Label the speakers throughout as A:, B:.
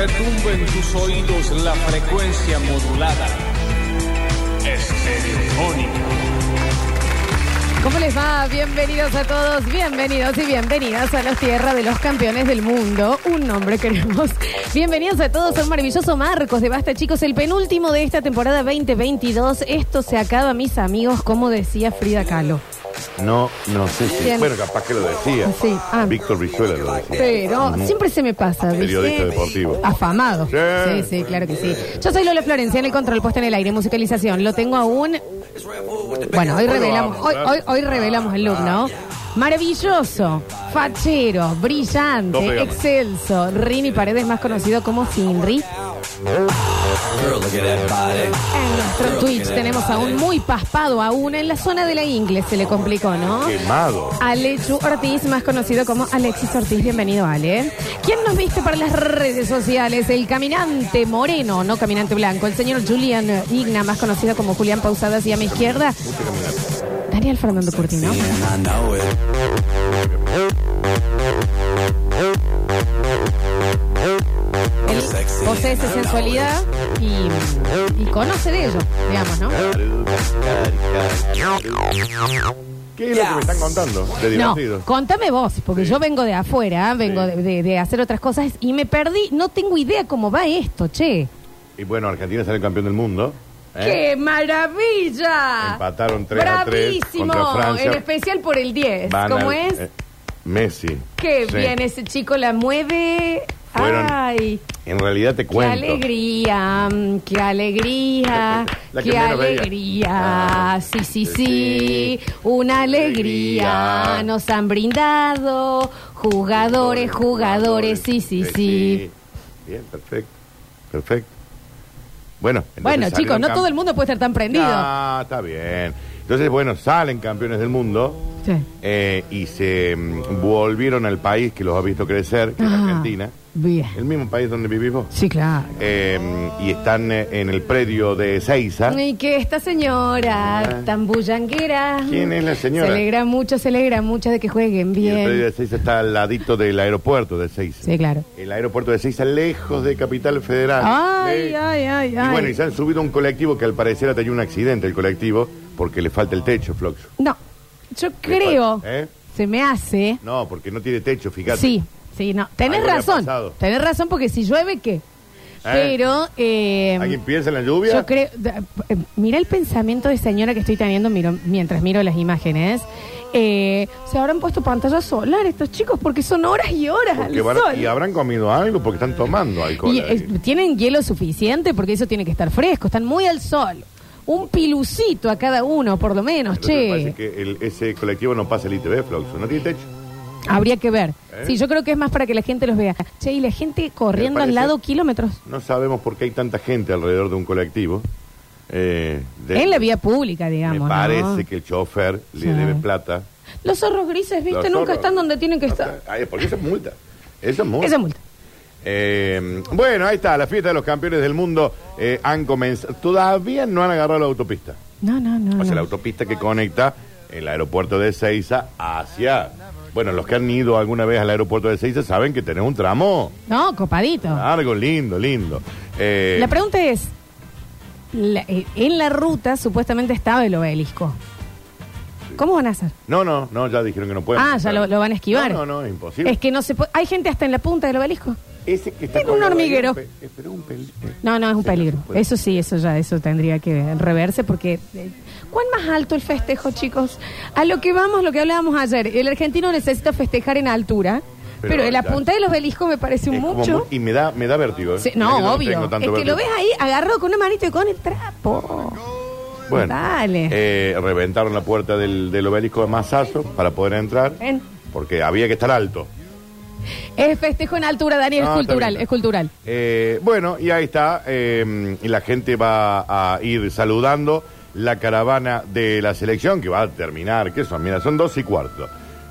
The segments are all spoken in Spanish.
A: en tus oídos la frecuencia modulada. Estereofónica.
B: ¿Cómo les va? Bienvenidos a todos, bienvenidos y bienvenidas a los Tierra de los Campeones del Mundo. Un nombre queremos. Bienvenidos a todos a un maravilloso Marcos de Basta, chicos, el penúltimo de esta temporada 2022. Esto se acaba, mis amigos, como decía Frida Kahlo.
C: No, no sé si.
B: Bien.
C: Bueno, capaz que lo decía.
B: Sí, ah.
C: Víctor Brizuela lo decía.
B: Pero siempre se me pasa, ¿viste?
C: Mm. Periodista deportivo.
B: Afamado.
C: Sí.
B: Sí, sí, claro que sí. Yo soy Lola Florencia en el control puesta en el aire, musicalización. Lo tengo aún. Bueno, hoy revelamos, hoy, hoy, hoy revelamos el look, ¿no? Maravilloso, fachero,
C: Tope
B: brillante,
C: gama.
B: excelso. Rini Paredes, más conocido como Finri. En nuestro Twitch tenemos a un muy paspado aún en la zona de la ingle, se le complicó, ¿no?
C: Quemado.
B: Alechu Ortiz, más conocido como Alexis Ortiz. Bienvenido, Ale. ¿Quién nos viste para las redes sociales? El caminante moreno, no caminante blanco. El señor Julian Igna, más conocido como Julián Pausadas. Y a mi izquierda, Daniel Fernando Curtino. Él posee esa sensualidad y, y conoce de ello, digamos, ¿no?
C: ¿Qué es lo que me están contando? De divertido.
B: No, contame vos, porque yo vengo de afuera, vengo de, de- de hacer otras cosas y me perdí, no tengo idea cómo va esto, che.
C: Y bueno, Argentina sale campeón del mundo. ¿eh?
B: ¡Qué maravilla!
C: Empataron tres a tres
B: Bravísimo,
C: contra Francia.
B: en especial por el 10.
C: Van
B: ¿Cómo
C: al-
B: es?
C: eh, Messi.
B: Qué
C: Sí.
B: bien ese chico la mueve.
C: Fueron-
B: Ay,
C: En realidad te
B: qué
C: cuento.
B: alegría, mm, qué alegría,
C: La que
B: qué
C: menos veía.
B: alegría.
C: Ah,
B: Sí, sí,
C: sí,
B: sí, una alegría.
C: Alegría.
B: Nos han brindado jugadores, jugadores, sí, sí,
C: Eh,
B: sí.
C: Bien, perfecto. Perfecto. Bueno, entonces
B: Bueno,
C: salieron
B: chicos, no
C: campe-
B: todo el mundo puede estar tan prendido.
C: Ah, está bien. Entonces, bueno, salen campeones del mundo.
B: Sí.
C: Eh, y se mm, volvieron al país que los ha visto crecer, que es
B: Ah,
C: Argentina,
B: Bien.
C: el mismo país donde vivimos,
B: Sí, claro.
C: Eh, y están eh, en el predio de Seiza.
B: Y que esta señora tan bullanguera.
C: ¿Quién es la señora?
B: Se alegra mucho, se alegra mucho de que jueguen
C: Y el predio de
B: bien.
C: Seiza está al ladito del aeropuerto de Seiza.
B: Sí, claro.
C: El aeropuerto de Seiza, lejos de Capital Federal.
B: Ay,
C: Lejos.
B: ay, ay, ay.
C: Ah, Y bueno, y se han subido a un colectivo que al parecer ha tenido un accidente, el colectivo, porque le falta el techo, Floxo.
B: No, yo creo,
C: ¿Eh?
B: se me hace.
C: No, porque no tiene techo, fíjate.
B: Sí, sí, no. Tenés
C: Algo le ha
B: razón.
C: pasado. ¿Eh?
B: Tenés razón porque si llueve, ¿qué? Pero, eh,
C: ¿Alguien piensa en la lluvia?
B: yo creo. da- eh, Mira el pensamiento de señora que estoy teniendo miro- mientras miro las imágenes. Eh, se habrán puesto pantalla solar estos chicos porque son horas y horas
C: Porque
B: al
C: van-
B: sol.
C: y habrán comido algo porque están tomando alcohol.
B: Y,
C: ahí.
B: eh, tienen hielo suficiente porque eso tiene que estar fresco, están muy al sol. Un pilucito a cada uno, por lo menos,
C: Entonces me
B: che.
C: parece que el- ese colectivo no pasa el ITV, Floxo. No tiene techo.
B: Habría que ver.
C: ¿Eh?
B: Sí, yo creo que es más para que la gente los vea. Che, y la gente corriendo
C: Me
B: al
C: parece-
B: lado kilómetros.
C: No sabemos por qué hay tanta gente alrededor de un colectivo. Eh, de-
B: en la vía pública, digamos.
C: Me
B: ¿no?
C: parece que el chofer
B: Sí.
C: le debe plata.
B: Los zorros grises, viste,
C: Los
B: nunca
C: zorros-
B: están donde tienen que
C: O
B: estar.
C: sea, ay, eh, porque eso es multa. Eso es multa.
B: Esa multa.
C: Eh, bueno, ahí está. La fiesta de los campeones del mundo eh, han comenzado. Todavía no han agarrado la autopista.
B: No, no, no.
C: O sea,
B: no.
C: la autopista que conecta el aeropuerto de Ezeiza hacia... Bueno, los que han ido alguna vez al aeropuerto de Ezeiza saben que tenés un tramo
B: No, copadito.
C: largo, lindo, lindo. Eh,
B: La pregunta es: la- eh, en la ruta supuestamente estaba el obelisco. ¿Cómo van a hacer?
C: No, no, no, ya dijeron que no pueden.
B: Ah, ya lo, lo van a esquivar.
C: No, no, no, es imposible.
B: Es que no se puede. Hay gente hasta en la punta del obelisco.
C: Ese que está
B: Tiene un
C: colgado ahí
B: hormiguero.
C: es pe- es- pero un pel- eh,
B: No, no, es un
C: Sí, no
B: peligro.
C: se puede.
B: Eso sí, eso ya, eso tendría que reverse porque. eh, ¿Cuán más alto el festejo, chicos? A lo que vamos, lo que hablábamos ayer. El argentino necesita festejar en altura, pero,
C: Pero
B: en la
C: ya-
B: punta del obelisco me parece
C: es como
B: mucho.
C: muy- y me da, me da vértigo. eh.
B: Sí,
C: Mirá
B: no,
C: que yo
B: obvio.
C: tengo
B: es
C: tanto
B: que lo ves
C: vértigo.
B: ahí agarrado con una manito y con el trapo.
C: Bueno,
B: Dale.
C: eh, reventaron la puerta del, del obelisco de Masazo para poder entrar.
B: Ven.
C: Porque había que estar alto.
B: Es festejo en altura, Daniel, es
C: No, está
B: cultural,
C: bien.
B: es cultural.
C: Eh, bueno, y ahí está. eh, y la gente va a ir saludando la caravana de la selección que va a terminar. ¿Qué son? Mira, son dos y cuarto.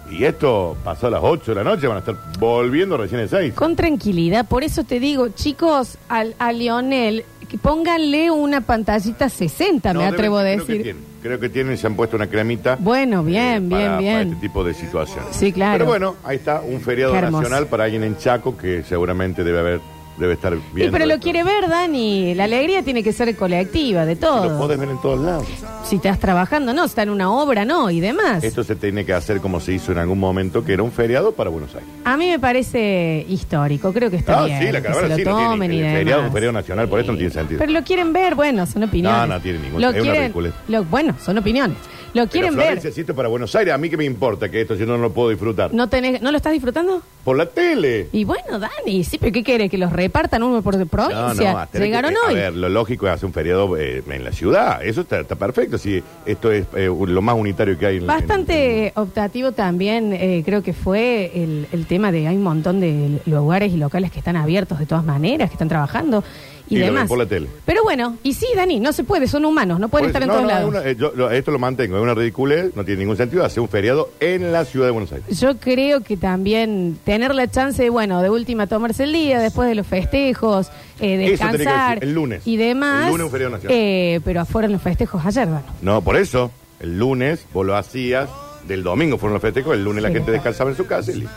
C: Y esto pasó a las 8 de la noche, van a estar volviendo recién a 6.
B: Con tranquilidad, por eso te digo, chicos, al, a Lionel, que pónganle una pantallita 60, me atrevo a
C: Creo que,
B: decir.
C: tienen, creo que tienen, se han puesto una cremita.
B: Bueno, bien,
C: eh, para-
B: bien,
C: Para
B: bien.
C: este tipo de situaciones.
B: Sí, claro.
C: Pero bueno, ahí está un feriado
B: Qué hermoso.
C: nacional para alguien en Chaco que seguramente debe haber debe estar
B: Y
C: bien.
B: pero lo quiere ver, Dani. La alegría tiene que ser colectiva, de
C: Lo
B: todo.
C: podés ver en todos lados.
B: Si estás trabajando, no. Si está en una obra, no. Y demás.
C: Esto se tiene que hacer como se hizo en algún momento, que era un feriado para Buenos Aires.
B: A mí me parece histórico. Creo que está
C: Ah,
B: bien.
C: sí, la
B: que
C: caravana
B: se
C: sí,
B: lo
C: no tiene
B: tomen
C: ni-
B: y
C: el
B: demás.
C: feriado, un feriado nacional, por eso no tiene sentido.
B: Pero lo quieren ver, bueno, son opiniones.
C: No, no tiene ningún-
B: Lo
C: es una
B: quieren,
C: ridiculez.
B: lo- Bueno, son opiniones. Lo quieren
C: Pero
B: ver.
C: Florencia, si esto es para Buenos Aires, a mí que me importa que esto si no no lo puedo disfrutar.
B: ¿No, tenés, ¿No lo estás disfrutando?
C: Por la tele.
B: Y bueno, Dani, sí, pero ¿qué quiere? ¿Que los repartan uno por provincia?
C: a tener
B: Llegaron
C: que- eh,
B: hoy.
C: A ver, lo lógico es hacer un feriado eh, en la ciudad. Eso está, está perfecto. Si esto es eh, lo más unitario que hay en
B: Bastante optativo también eh, creo que fue el, el tema de hay un montón de lugares y locales que están abiertos de todas maneras, que están trabajando y,
C: Y lo ven
B: demás.
C: por la tele.
B: Pero bueno, y sí, Dani, no se puede, son humanos, no pueden
C: Por
B: estar en
C: eso-
B: todos
C: no, no,
B: lados.
C: es una- eh, yo lo- esto lo mantengo, es una ridiculez, no tiene ningún sentido hacer un feriado en la ciudad de Buenos Aires.
B: Yo creo que también tener la chance de, bueno, de última tomarse el día después de los festejos, eh,
C: Eso tenía que
B: descansar
C: decir, el lunes.
B: y demás.
C: El lunes un feriado nacional.
B: Eh, pero afuera en los festejos ayer, bueno.
C: No, por eso, el lunes vos lo hacías, del domingo fueron los festejos, el lunes la
B: Sí.
C: gente descansaba en su casa y listo.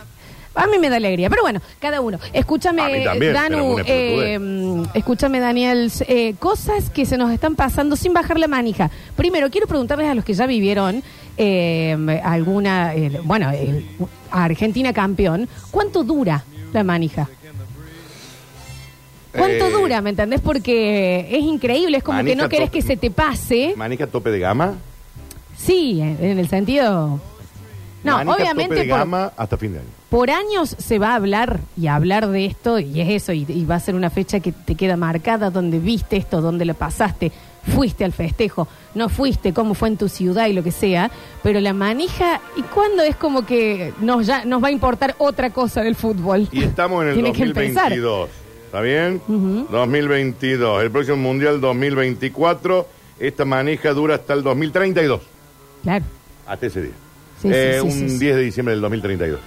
B: A mí me da alegría, pero bueno, cada uno.
C: A mí
B: Escúchame,
C: también, pero
B: Danu,
C: una
B: eh, escúchame, Daniel, eh, cosas que se nos están pasando sin bajar la manija. Primero, quiero preguntarles a los que ya vivieron eh, alguna, eh, bueno, eh, Argentina campeón, ¿cuánto dura la manija? ¿Cuánto
C: Eh,
B: dura, me entendés? Porque es increíble, es como que
C: manija
B: no querés
C: tope.
B: que se te pase.
C: Manija tope de gama.
B: Sí, en, en el sentido... No,
C: manija
B: obviamente...
C: tope de
B: por-
C: gama hasta fin de año.
B: por años se va a hablar y a hablar de esto, y es eso, y, y va a ser una fecha que te queda marcada, donde viste esto, donde lo pasaste, fuiste al festejo, no fuiste, cómo fue en tu ciudad y lo que sea, pero la manija, ¿y cuándo es como que nos, ya, nos va a importar otra cosa del fútbol?
C: Y estamos en el
B: Tiene que empezar.
C: 2022. ¿Está bien? 2022. El próximo Mundial 2024. Esta manija dura hasta el 2032.
B: Claro.
C: Hasta ese día.
B: Sí, sí,
C: Eh,
B: sí,
C: un
B: sí, sí.
C: 10 de diciembre del 2032.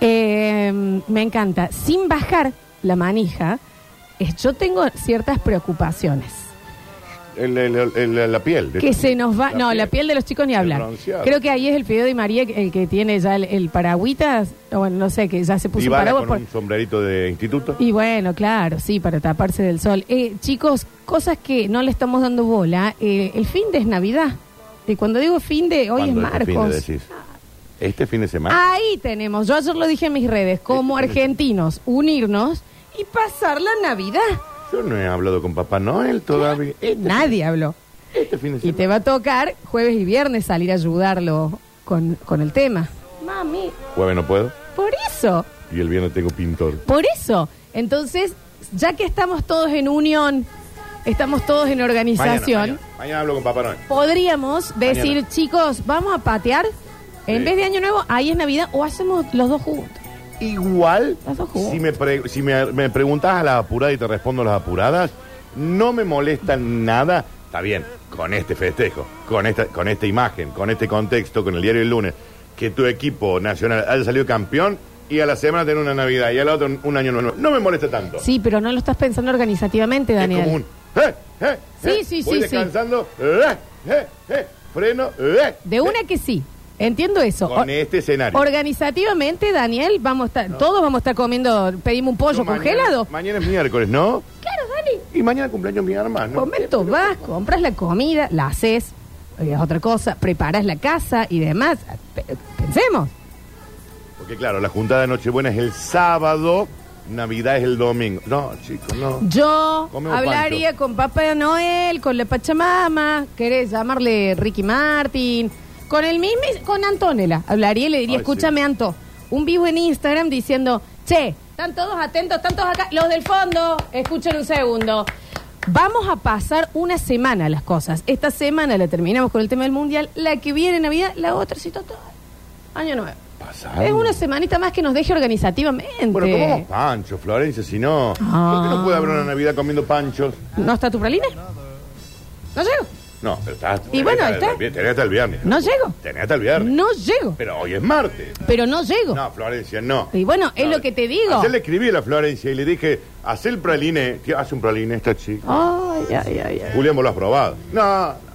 B: Eh, me encanta. Sin bajar la manija, es- yo tengo ciertas preocupaciones.
C: El- el- el- el- la piel. de- este
B: que se nos va. no, la piel de los chicos ni
C: El
B: hablar.
C: bronceado.
B: Creo que ahí es el Fideo de María el que tiene ya el, el paragüitas. o Bueno, no sé, que ya se puso
C: Y va
B: paraguas.
C: con
B: por-
C: un sombrerito de instituto.
B: Y bueno, claro, sí, para taparse del sol. Eh, chicos, cosas que no le estamos dando bola. eh, el fin de es Navidad. Y cuando digo fin de, hoy es
C: ¿Cuándo este fin de
B: Marcos. Ah.
C: decís? Este fin de semana.
B: Ahí tenemos, yo ayer lo dije en mis redes, como
C: Este fin de
B: argentinos, unirnos y pasar la Navidad.
C: Yo no he hablado con Papá Noel todavía. Este,
B: Nadie habló.
C: este fin de
B: Y
C: semana.
B: te va a tocar jueves y viernes salir a ayudarlo con, con el tema. Mami,
C: Jueves no puedo.
B: por eso,
C: Y el viernes tengo pintor.
B: por eso. Entonces, ya que estamos todos en unión, estamos todos en
C: Mañana,
B: organización,
C: mañana. Mañana hablo con Papá Noel.
B: podríamos decir,
C: Mañana.
B: chicos, vamos a patear. En
C: Sí.
B: vez de Año Nuevo, ahí es Navidad o hacemos los dos juntos.
C: Igual,
B: Las dos jugadas.
C: si, me, pre- si me, me preguntas a las apuradas y te respondo a las apuradas, no me molesta nada. Está bien, con este festejo, con esta, con esta imagen, con este contexto, con el diario del lunes, que tu equipo nacional haya salido campeón y a la semana tener una Navidad y a la otra un, un año nuevo. No me molesta tanto.
B: Sí, pero no lo estás pensando organizativamente,
C: es
B: Daniel.
C: como un. eh, eh,
B: Sí,
C: eh,
B: sí, sí,
C: voy
B: sí.
C: descansando. eh, eh, eh, freno. eh,
B: De una
C: eh,
B: que sí. Entiendo eso.
C: Con
B: O-
C: este escenario.
B: Organizativamente, Daniel, vamos a estar, todos vamos a estar comiendo, pedimos un pollo
C: Yo mañana-
B: congelado.
C: Mañana es miércoles, ¿no?
B: Claro, Dani.
C: Y mañana cumpleaños mi hermano.
B: Momento, vas, compras la comida, la haces, es otra cosa, preparas la casa y demás. Pe- Pensemos.
C: Porque claro, la juntada de Nochebuena es el sábado, Navidad es el domingo. No, chicos, no.
B: Yo
C: Comemos
B: hablaría con Papá Noel, con la Pachamama, querés llamarle Ricky Martin, con el mismo, con Antonella. Hablaría y le diría,
C: Ay,
B: escúchame, Anto, un vivo en Instagram diciendo, che, están todos atentos, están todos acá, los del fondo, escuchen un segundo. Vamos a pasar una semana las cosas. Esta semana la terminamos con el tema del mundial, la que viene Navidad, la otra, cito todo. Año nuevo.
C: Pasando.
B: Es una semanita más que nos deje organizativamente.
C: Ah. Bueno, comamos pancho, Florencia, si no.
B: Ah.
C: ¿Por qué no puede haber una Navidad comiendo panchos?
B: ¿No está tu pralina? No llego.
C: No, pero estás.
B: Y bueno, ahí está.
C: Tenés hasta el viernes.
B: No llego.
C: Tenés hasta el viernes.
B: No llego.
C: Pero hoy es martes.
B: Pero no llego.
C: No, Florencia, no.
B: Y bueno, es
C: No,
B: lo que te digo.
C: Ayer le escribí a la Florencia y le dije, haz el praline. Tío, hace un praline esta chica.
B: Ay, ay, ay, ay.
C: Julián, vos lo has probado. No, no.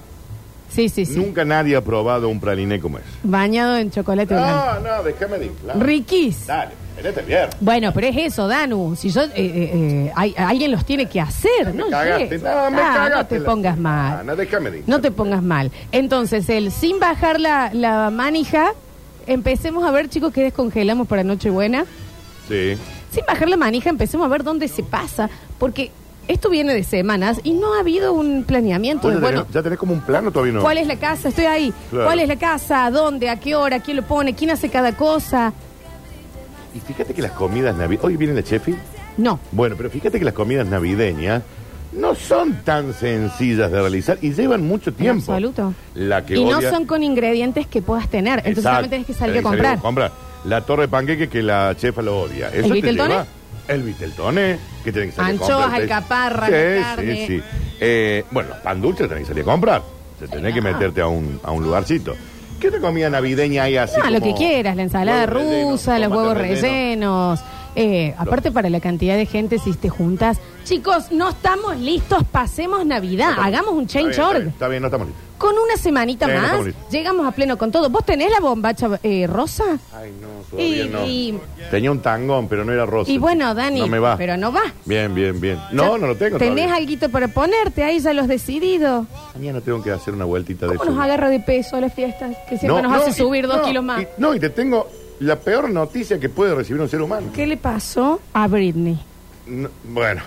B: Sí, sí, sí.
C: Nunca nadie ha probado un praliné como ese.
B: Bañado en chocolate blanco.
C: No, no, déjame de inflar.
B: Riquís.
C: Dale, en este viernes.
B: Bueno, pero es eso, Danu. Si yo, eh, eh, eh, hay- alguien los tiene que hacer,
C: Me
B: ¿no?
C: cagaste.
B: sé.
C: No, me
B: Ah,
C: cagaste.
B: no te
C: la-
B: pongas
C: Ah,
B: mal.
C: no, déjame de
B: No te pongas mal. Entonces, el sin bajar la, la manija, empecemos a ver, chicos, qué descongelamos para Nochebuena.
C: Sí.
B: Sin bajar la manija, empecemos a ver dónde se pasa, porque esto viene de semanas y no ha habido un planeamiento
C: Vos
B: de,
C: ya tenés-
B: bueno,
C: ¿Ya tenés como un plano todavía no?
B: ¿cuál es la casa? Estoy ahí.
C: Claro.
B: ¿Cuál es la casa? ¿A ¿Dónde? ¿A qué hora? ¿Quién lo pone? ¿Quién hace cada cosa?
C: Y fíjate que las comidas navideñas... Hoy viene la chefi.
B: No.
C: Bueno, pero fíjate que las comidas navideñas no son tan sencillas de realizar y llevan mucho tiempo.
B: absoluto.
C: La que
B: y no
C: odia-
B: son con ingredientes que puedas tener. Entonces
C: Exacto.
B: solamente tienes que salir a
C: Tenés que
B: comprar.
C: La torre de panqueque que la chefa lo odia. Eso te
B: Viteltoné?
C: lleva- El Viteltone, que tienen que salir
B: Anchoas,
C: a comprar.
B: alcaparras,
C: Sí,
B: carne.
C: sí, sí. Eh, bueno, los pan dulces tenés que salir a comprar. Te tenés que
B: no.
C: meterte a un, a un lugarcito. ¿Qué otra comida navideña hay así?
B: No, lo que
C: como
B: quieras, la ensalada
C: huevos rellenos,
B: rusa, los
C: tomate
B: huevos
C: relleno?
B: rellenos. Eh, aparte para la cantidad de gente, si te juntas, chicos, no estamos listos, pasemos Navidad,
C: Está bien,
B: Ah, hagamos un
C: está bien, Está bien,
B: change.org.
C: está bien, no estamos listos.
B: Con una semanita
C: Sí, no
B: más,
C: estamos listos.
B: llegamos a pleno con todo. ¿Vos tenés la bombacha eh, rosa?
C: Ay, no, todavía
B: Y-
C: no.
B: y-
C: Tenía un tangón, pero no era rosa.
B: Y bueno, Dani,
C: No me va.
B: pero no va.
C: Bien, bien, bien. No,
B: Ya
C: no lo tengo
B: Tenés
C: todavía.
B: alguito para ponerte, ahí ya los decidido.
C: Mañana tengo que hacer una vueltita de
B: ¿Cómo nos
C: eso.
B: agarra de peso a las fiestas? Que siempre nos hace
C: y-
B: subir dos
C: no,
B: kilos más.
C: y- no, y te tengo la peor noticia que puede recibir un ser humano.
B: ¿Qué le pasó a Britney?
C: No, bueno,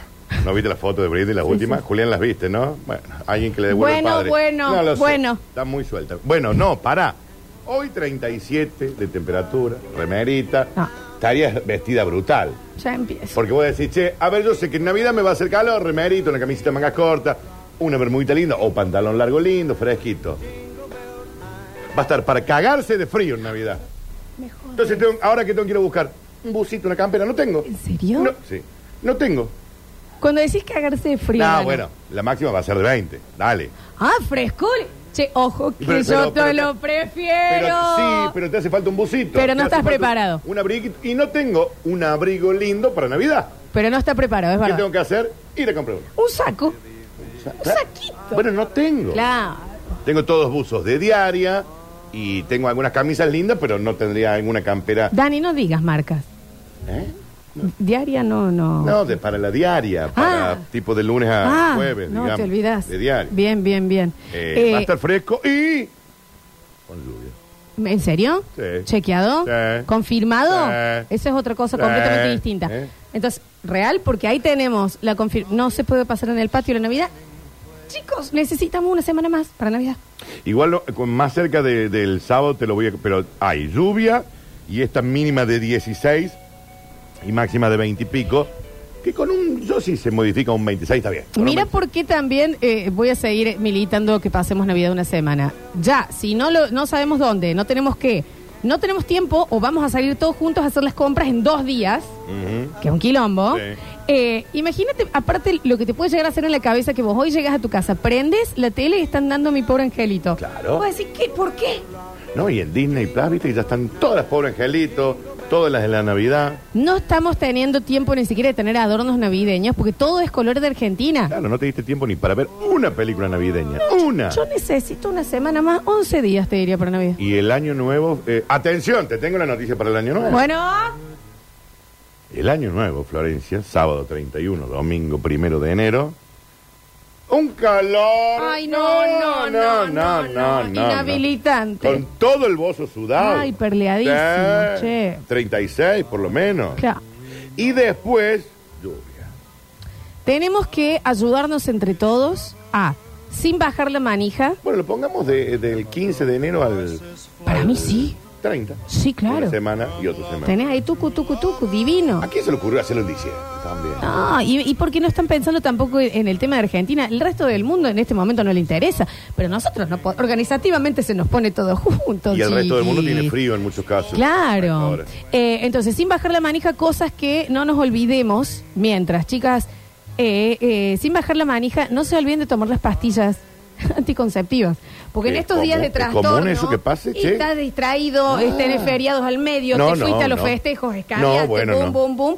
C: ¿no viste la foto de Britney, las últimas? Julián las viste, ¿no? Bueno, alguien que le devuelva
B: Bueno,
C: el padre.
B: bueno,
C: No lo sé,
B: bueno.
C: Está muy suelta. Bueno, no, pará. Hoy 37 de temperatura, remerita.
B: No.
C: Estarías vestida brutal.
B: Ya empieza.
C: Porque vos decís, che, a ver, yo sé que en Navidad me va a hacer calor, remerito, una camiseta de mangas cortas, una bermudita linda o pantalón largo lindo, fresquito. Va a estar para cagarse de frío en Navidad. Entonces, tengo- ahora que tengo que ir a buscar un busito, una campera, no tengo.
B: ¿En serio?
C: No, sí. No tengo.
B: Cuando decís cagarse de frío.
C: No,
B: Dani.
C: bueno, la máxima va a ser de 20. Dale.
B: Ah, fresco. Che, ojo, que
C: Pero-
B: yo
C: pero-
B: te
C: pero-
B: lo prefiero.
C: sí, pero te hace falta un busito.
B: Pero no
C: Te hace
B: estás
C: falta
B: preparado.
C: Un abriguito. Y no tengo un abrigo lindo para Navidad.
B: Pero no está preparado, es
C: ¿Qué
B: verdad.
C: tengo que hacer? Ir a comprar uno.
B: Un saco.
C: Un
B: saquito.
C: Bueno, no tengo.
B: Claro.
C: Tengo todos buzos de diaria y tengo algunas camisas lindas, pero no tendría alguna campera.
B: Dani, no digas marcas.
C: ¿Eh?
B: Diaria no, no.
C: No, de, para la diaria, para
B: Ah.
C: tipo de lunes a
B: ah,
C: jueves,
B: no
C: digamos,
B: te olvidas.
C: De diaria.
B: Bien, bien, bien.
C: Eh, va a
B: Eh,
C: estar fresco y. con lluvia.
B: ¿En serio?
C: Sí.
B: ¿Chequeado?
C: Sí.
B: ¿Confirmado?
C: Sí.
B: Esa es otra cosa
C: Sí.
B: completamente distinta.
C: Sí.
B: Entonces, real, porque ahí tenemos la confir- No se puede pasar en el patio la Navidad. Chicos, necesitamos una semana más para Navidad.
C: Igual lo- con- más cerca de- del sábado te lo voy a. Pero hay lluvia y esta mínima de 16 y máxima de 20 y pico. Que con un. Yo sí se modifica un 26, está bien. Con un
B: Mira
C: 20.
B: por qué también eh, voy a seguir militando que pasemos Navidad una semana. Ya, si no lo, no sabemos dónde, no tenemos qué, no tenemos tiempo o vamos a salir todos juntos a hacer las compras en dos días,
C: Ujú.
B: que es un quilombo.
C: Sí.
B: eh, imagínate, aparte lo que te puede llegar a hacer en la cabeza que vos hoy llegas a tu casa, prendes la tele y están dando mi pobre angelito.
C: Claro.
B: Vos decís, ¿qué? ¿Por qué?
C: No, y en Disney Plus, viste que ya están todas las pobres angelitos, todas las de la Navidad.
B: No estamos teniendo tiempo ni siquiera de tener adornos navideños porque todo es color de Argentina.
C: Claro, no te diste tiempo ni para ver una película navideña. ¡Una!
B: Yo necesito una semana más, 11 días te diría para Navidad.
C: Y el año nuevo. eh, ¡Atención! Te tengo una noticia para el año nuevo.
B: Bueno.
C: El año nuevo, Florencia, sábado 31, domingo primero de enero. Un calor.
B: Ay, no, no, no, no, no, Inhabilitante.
C: Con todo el bozo sudado.
B: Ay, perleadísimo,
C: Sí,
B: che.
C: 36 por lo menos.
B: Claro.
C: Y después, lluvia.
B: Tenemos que ayudarnos entre todos a, sin bajar la manija,
C: Bueno, lo pongamos de- del 15 de enero al.
B: Para
C: al
B: mí sí.
C: 30.
B: Sí,
C: Una
B: claro.
C: semana y otra semana.
B: Tenés ahí tucu, tucu, tucu, divino.
C: ¿A quién se le ocurrió hacerlo en diciembre? También.
B: No, y, y porque no están pensando tampoco en el tema de Argentina. El resto del mundo en este momento no le interesa. Pero nosotros no po- organizativamente se nos pone todo junto.
C: Y el resto del mundo
B: chiquis.
C: tiene frío en muchos casos.
B: Claro.
C: Ahora.
B: Eh, entonces, sin bajar la manija, cosas que no nos olvidemos mientras, chicas, eh, eh, sin bajar la manija, no se olviden de tomar las pastillas anticonceptivas. Porque en
C: Es
B: estos días de
C: común- es común
B: trastorno.
C: eso que pase,
B: y
C: che.
B: Estás distraído, tenés feriados al medio,
C: No,
B: te
C: no,
B: fuiste a los
C: no.
B: festejos, escaneaste,
C: No, bueno,
B: boom,
C: no.
B: boom, boom.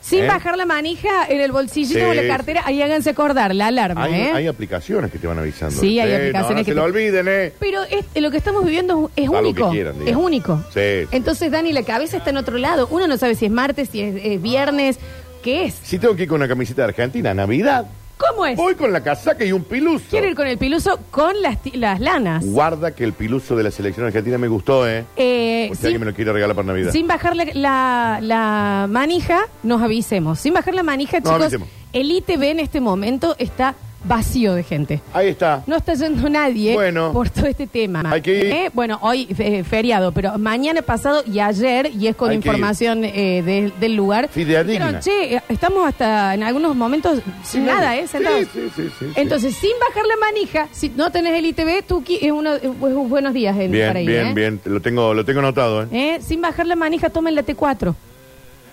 B: Sin
C: ¿Eh?
B: bajar la manija en el bolsillo
C: Sí.
B: o la cartera, ahí háganse acordar la alarma,
C: Hay,
B: ¿eh?
C: hay aplicaciones que te van avisando.
B: Sí, hay
C: Eh, no,
B: aplicaciones
C: no
B: que
C: se lo
B: te-
C: olviden, ¿eh?
B: Pero es- lo que estamos viviendo es, es
C: Algo que
B: único.
C: quieran, diga.
B: es único.
C: Sí, sí.
B: Entonces, Dani, la cabeza está en otro lado. Uno no sabe si es martes, si es, eh, viernes. ¿Qué es?
C: Si tengo que ir con una camiseta de Argentina, Navidad,
B: ¿Cómo es?
C: voy con la casaca y un piluso.
B: Quiero ir con el piluso con las, ti- las lanas.
C: Guarda que el piluso de la selección argentina me gustó, ¿eh?
B: Eh,
C: Porque
B: sin,
C: alguien me lo quiere regalar para Navidad.
B: sin bajar la, la- la manija, nos avisemos. Sin bajar la manija,
C: Nos
B: chicos,
C: avisemos.
B: el ITV en este momento está vacío de gente.
C: Ahí está.
B: No está yendo nadie
C: Bueno.
B: por todo este tema.
C: Hay que ir.
B: Eh, Bueno, hoy eh, feriado, pero mañana pasado y ayer, y es con
C: Hay que ir.
B: información eh, de- del lugar.
C: Fidedigna.
B: dijeron, che, eh, estamos hasta en algunos momentos sin
C: Sí,
B: nada, ¿eh?
C: sí,
B: Sentados.
C: sí, sí, sí, sí.
B: Entonces, sin bajar la manija, si no tenés el ITV, tú qui- es uno, es un buenos días en-
C: Bien,
B: para ir,
C: bien,
B: ¿eh?
C: bien. Lo tengo, lo tengo anotado, ¿eh?
B: ¿Eh? Sin bajar la manija, tomen la T4.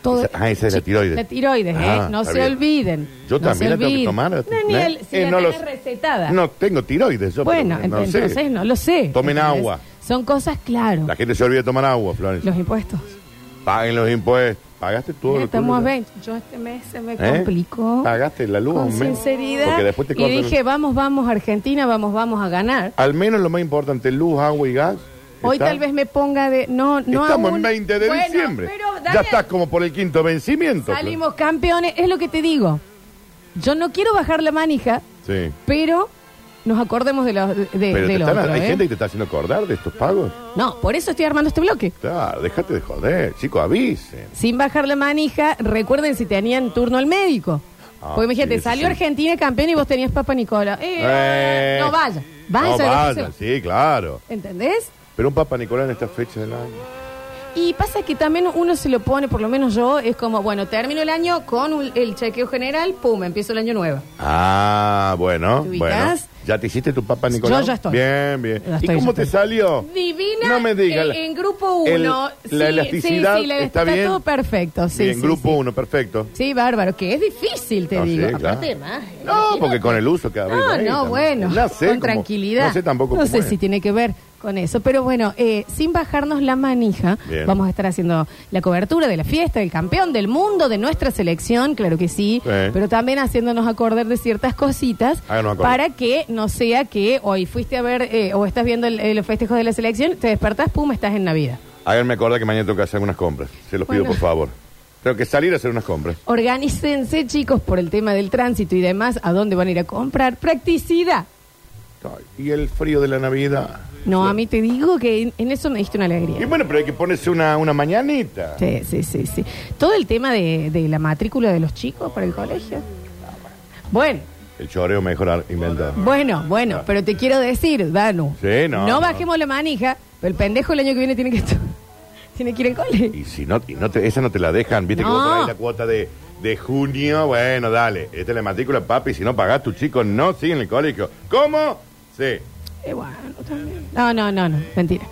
B: Todo-
C: Esa- ah, esa es la
B: Sí,
C: tiroides.
B: La tiroides,
C: Ah,
B: ¿eh? No
C: está
B: se
C: bien.
B: olviden.
C: Yo
B: No
C: también
B: se
C: la tengo que
B: olviden.
C: tomar.
B: No, ni
C: ¿eh?
B: el- si
C: Eh,
B: la
C: no
B: tenés
C: lo-
B: recetada.
C: No tengo tiroides. yo,
B: Bueno,
C: pero no
B: ent-
C: sé.
B: entonces no lo sé.
C: Tomen
B: ¿Entendés?
C: agua.
B: Son cosas, claro.
C: La gente se olvida de tomar agua, Flores.
B: Los impuestos.
C: Paguen los impuestos. Pagaste todo.
B: Ya
C: lo
B: estamos a
C: tuyo?
B: 20. Yo este mes se me
C: ¿Eh?
B: complicó.
C: Pagaste la luz,
B: Con
C: hombre.
B: sinceridad.
C: Porque después te
B: y
C: cortan-
B: dije, vamos, vamos, Argentina, vamos, vamos a ganar.
C: Al menos lo más importante, luz, agua y gas.
B: Hoy
C: Ah, ¿Está?
B: tal vez me ponga de. No, no
C: Estamos
B: aún.
C: en 20 de
B: Bueno,
C: diciembre.
B: pero,
C: ya
B: Daniel,
C: estás como por el quinto vencimiento. Flor.
B: Salimos campeones. Es lo que te digo. Yo no quiero bajar la manija,
C: Sí.
B: pero nos acordemos de los. De,
C: Pero te
B: del
C: están-
B: otro,
C: hay
B: ¿eh?
C: gente que te está haciendo acordar de estos pagos.
B: No, por eso estoy armando este bloque.
C: Claro, déjate de joder, chico, avisen.
B: Sin bajar la manija, recuerden si tenían turno al médico.
C: Ah,
B: Porque imagínate,
C: sí, sí,
B: salió
C: sí.
B: Argentina campeón y vos tenías Papa Nicola. Eh,
C: Eh.
B: No vaya, vaya.
C: no
B: lo que
C: vaya,
B: sea.
C: sí, claro.
B: ¿Entendés?
C: Pero un Papa Nicolás en esta fecha del año.
B: Y pasa que también uno se lo pone, por lo menos yo, es como, bueno, termino el año con un- el chequeo general, pum, empiezo el año nuevo.
C: Ah, bueno,
B: ¿Te
C: bueno.
B: ubicás?
C: ¿Ya te hiciste tu Papa Nicolás?
B: Yo ya estoy.
C: Bien, bien.
B: Ya
C: ¿Y
B: estoy,
C: cómo
B: ya
C: te
B: estoy.
C: salió?
B: Divina
C: No me digas.
B: en,
C: la-
B: en grupo
C: el-
B: 1.
C: la elasticidad está bien.
B: todo perfecto. Sí,
C: Bien,
B: sí,
C: grupo
B: sí.
C: 1, perfecto.
B: Sí, bárbaro, que es difícil, te
C: No,
B: digo.
C: sí, claro.
B: Aparte, más.
C: No, porque con el uso que ha habido
B: Ah, No,
C: ahí
B: no,
C: también.
B: bueno,
C: No sé
B: con
C: cómo-
B: tranquilidad.
C: No sé tampoco
B: No
C: cómo
B: sé
C: es.
B: si tiene que ver con eso, pero bueno, eh, sin bajarnos la manija,
C: Bien.
B: vamos a estar haciendo la cobertura de la fiesta del campeón del mundo, de nuestra selección, claro que sí,
C: Sí.
B: pero también haciéndonos acordar de ciertas cositas
C: Háganos acordar.
B: para que no sea que hoy fuiste a ver eh, o estás viendo el- eh, los festejos de la selección, te despertás, pum, estás en Navidad.
C: Háganme acordar que mañana tengo que hacer algunas compras. Se los pido,
B: Bueno.
C: por favor. Tengo que salir a hacer unas compras.
B: Organícense, chicos, por el tema del tránsito y demás, a dónde van a ir a comprar. Practicidad.
C: Ay, Y el frío de la Navidad.
B: No, a mí te digo que en, en eso me diste una alegría.
C: Y bueno, pero hay que ponerse una, una mañanita.
B: Sí, sí, sí, sí. Todo el tema de, de la matrícula de los chicos para el colegio. Bueno,
C: El choreo mejor ar- inventado.
B: bueno, bueno,
C: Ah.
B: pero te quiero decir, Danu.
C: Sí, no, no.
B: bajemos la manija, pero el pendejo el año que viene tiene que, estu- tiene que ir al colegio.
C: Y si no, y no te- esa no te la dejan, viste que
B: No.
C: vos traes la cuota de, de junio, bueno, dale, esta es la matrícula, papi, si no pagás tu chico no sigue en el colegio. ¿Cómo? Sí.
B: Eh, bueno, también. No, no, no, no, mentira.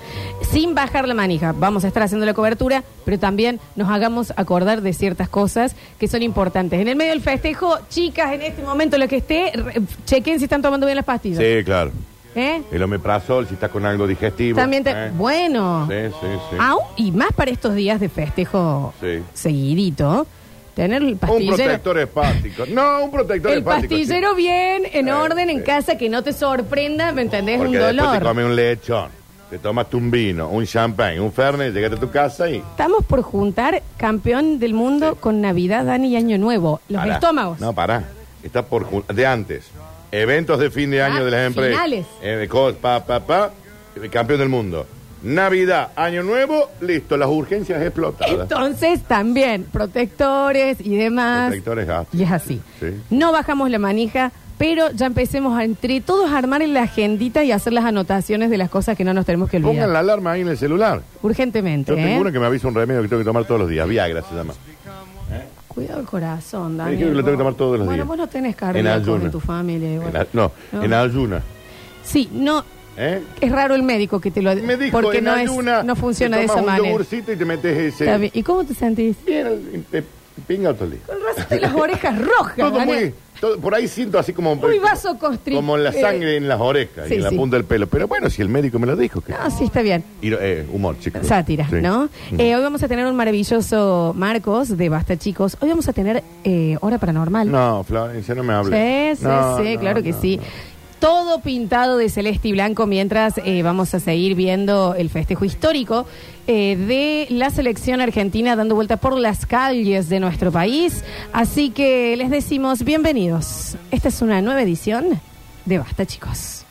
B: Sin bajar la manija, vamos a estar haciendo la cobertura, pero también nos hagamos acordar de ciertas cosas que son importantes. En el medio del festejo, chicas, en este momento lo que esté, re- chequen si están tomando bien las pastillas.
C: Sí, claro.
B: ¿Eh?
C: El omeprazol, si estás con algo digestivo.
B: También te...
C: eh.
B: Bueno. Ah,
C: Sí, sí, sí.
B: Aún, y más para estos días de festejo
C: Sí.
B: seguidito, tener el
C: Un
B: pastillero.
C: protector hepático. No, un protector
B: El
C: hepático. sí.
B: pastillero bien, en
C: Sí,
B: orden, en
C: sí.
B: casa, que no te sorprenda, ¿me entendés?
C: Porque
B: un
C: después te
B: dolor.
C: comes un lechón, te tomaste un vino, un champagne, un fernet, llegaste a tu casa y...
B: Estamos por juntar campeón del mundo con Navidad, Dani y Año Nuevo. Los
C: Pará.
B: estómagos.
C: No, pará. Está por ju- de antes. Eventos de fin de año
B: Ah,
C: de las empresas.
B: finales.
C: Eh, de cos- pa, pa, pa. Eh, Campeón del mundo. Navidad, año nuevo, listo, las urgencias explotadas.
B: Entonces también, protectores y demás.
C: Protectores ah. gastos.
B: Y es así.
C: Sí.
B: No bajamos la manija, pero ya empecemos a, entre todos a armar en la agendita y hacer las anotaciones de las cosas que no nos tenemos que olvidar.
C: Pongan la alarma ahí en el celular.
B: Urgentemente,
C: Yo
B: ¿eh?
C: tengo una que me avisa un remedio que tengo que tomar todos los días. Viagra se llama.
B: Cuidado el corazón,
C: Me
B: Dani.
C: dijeron que lo tengo que tomar todos los
B: bueno,
C: días.
B: vos no tenés
C: En
B: cardíacos en,
C: ayuna.
B: tu familia. igual.
C: En a- no, en ayuna.
B: Sí, no...
C: ¿Eh?
B: Es raro el médico que te lo
C: Me dijo
B: porque
C: en
B: no es-
C: ayuna.
B: no funciona
C: te
B: de esa
C: tomas un
B: manera.
C: yogurcito y te metes ese.
B: Está bien. ¿Y cómo te sentís?
C: Bien, el- el- el- pinga otro día.
B: Con razón de las orejas rojas.
C: Todo muy,
B: Daniel.
C: todo- por ahí siento así como.
B: Muy eh, vasoconstric-
C: Como la sangre en las orejas
B: sí,
C: y en la
B: sí.
C: punta del pelo. Pero bueno, si el médico me lo dijo. Que...
B: No, sí, está bien.
C: Y- eh, humor, chicos.
B: Sátira,
C: Sí.
B: ¿no?
C: Mm.
B: Eh, hoy vamos a tener un maravilloso Marcos de Basta Chicos. Hoy vamos a tener eh, Hora Paranormal.
C: No, Florencia, no me hables.
B: Sí, sí,
C: No,
B: sí,
C: no,
B: claro que
C: no,
B: sí.
C: no.
B: Todo pintado de celeste y blanco mientras eh, vamos a seguir viendo el festejo histórico eh, de la selección argentina dando vuelta por las calles de nuestro país. Así que les decimos bienvenidos. Esta es una nueva edición de Basta, chicos.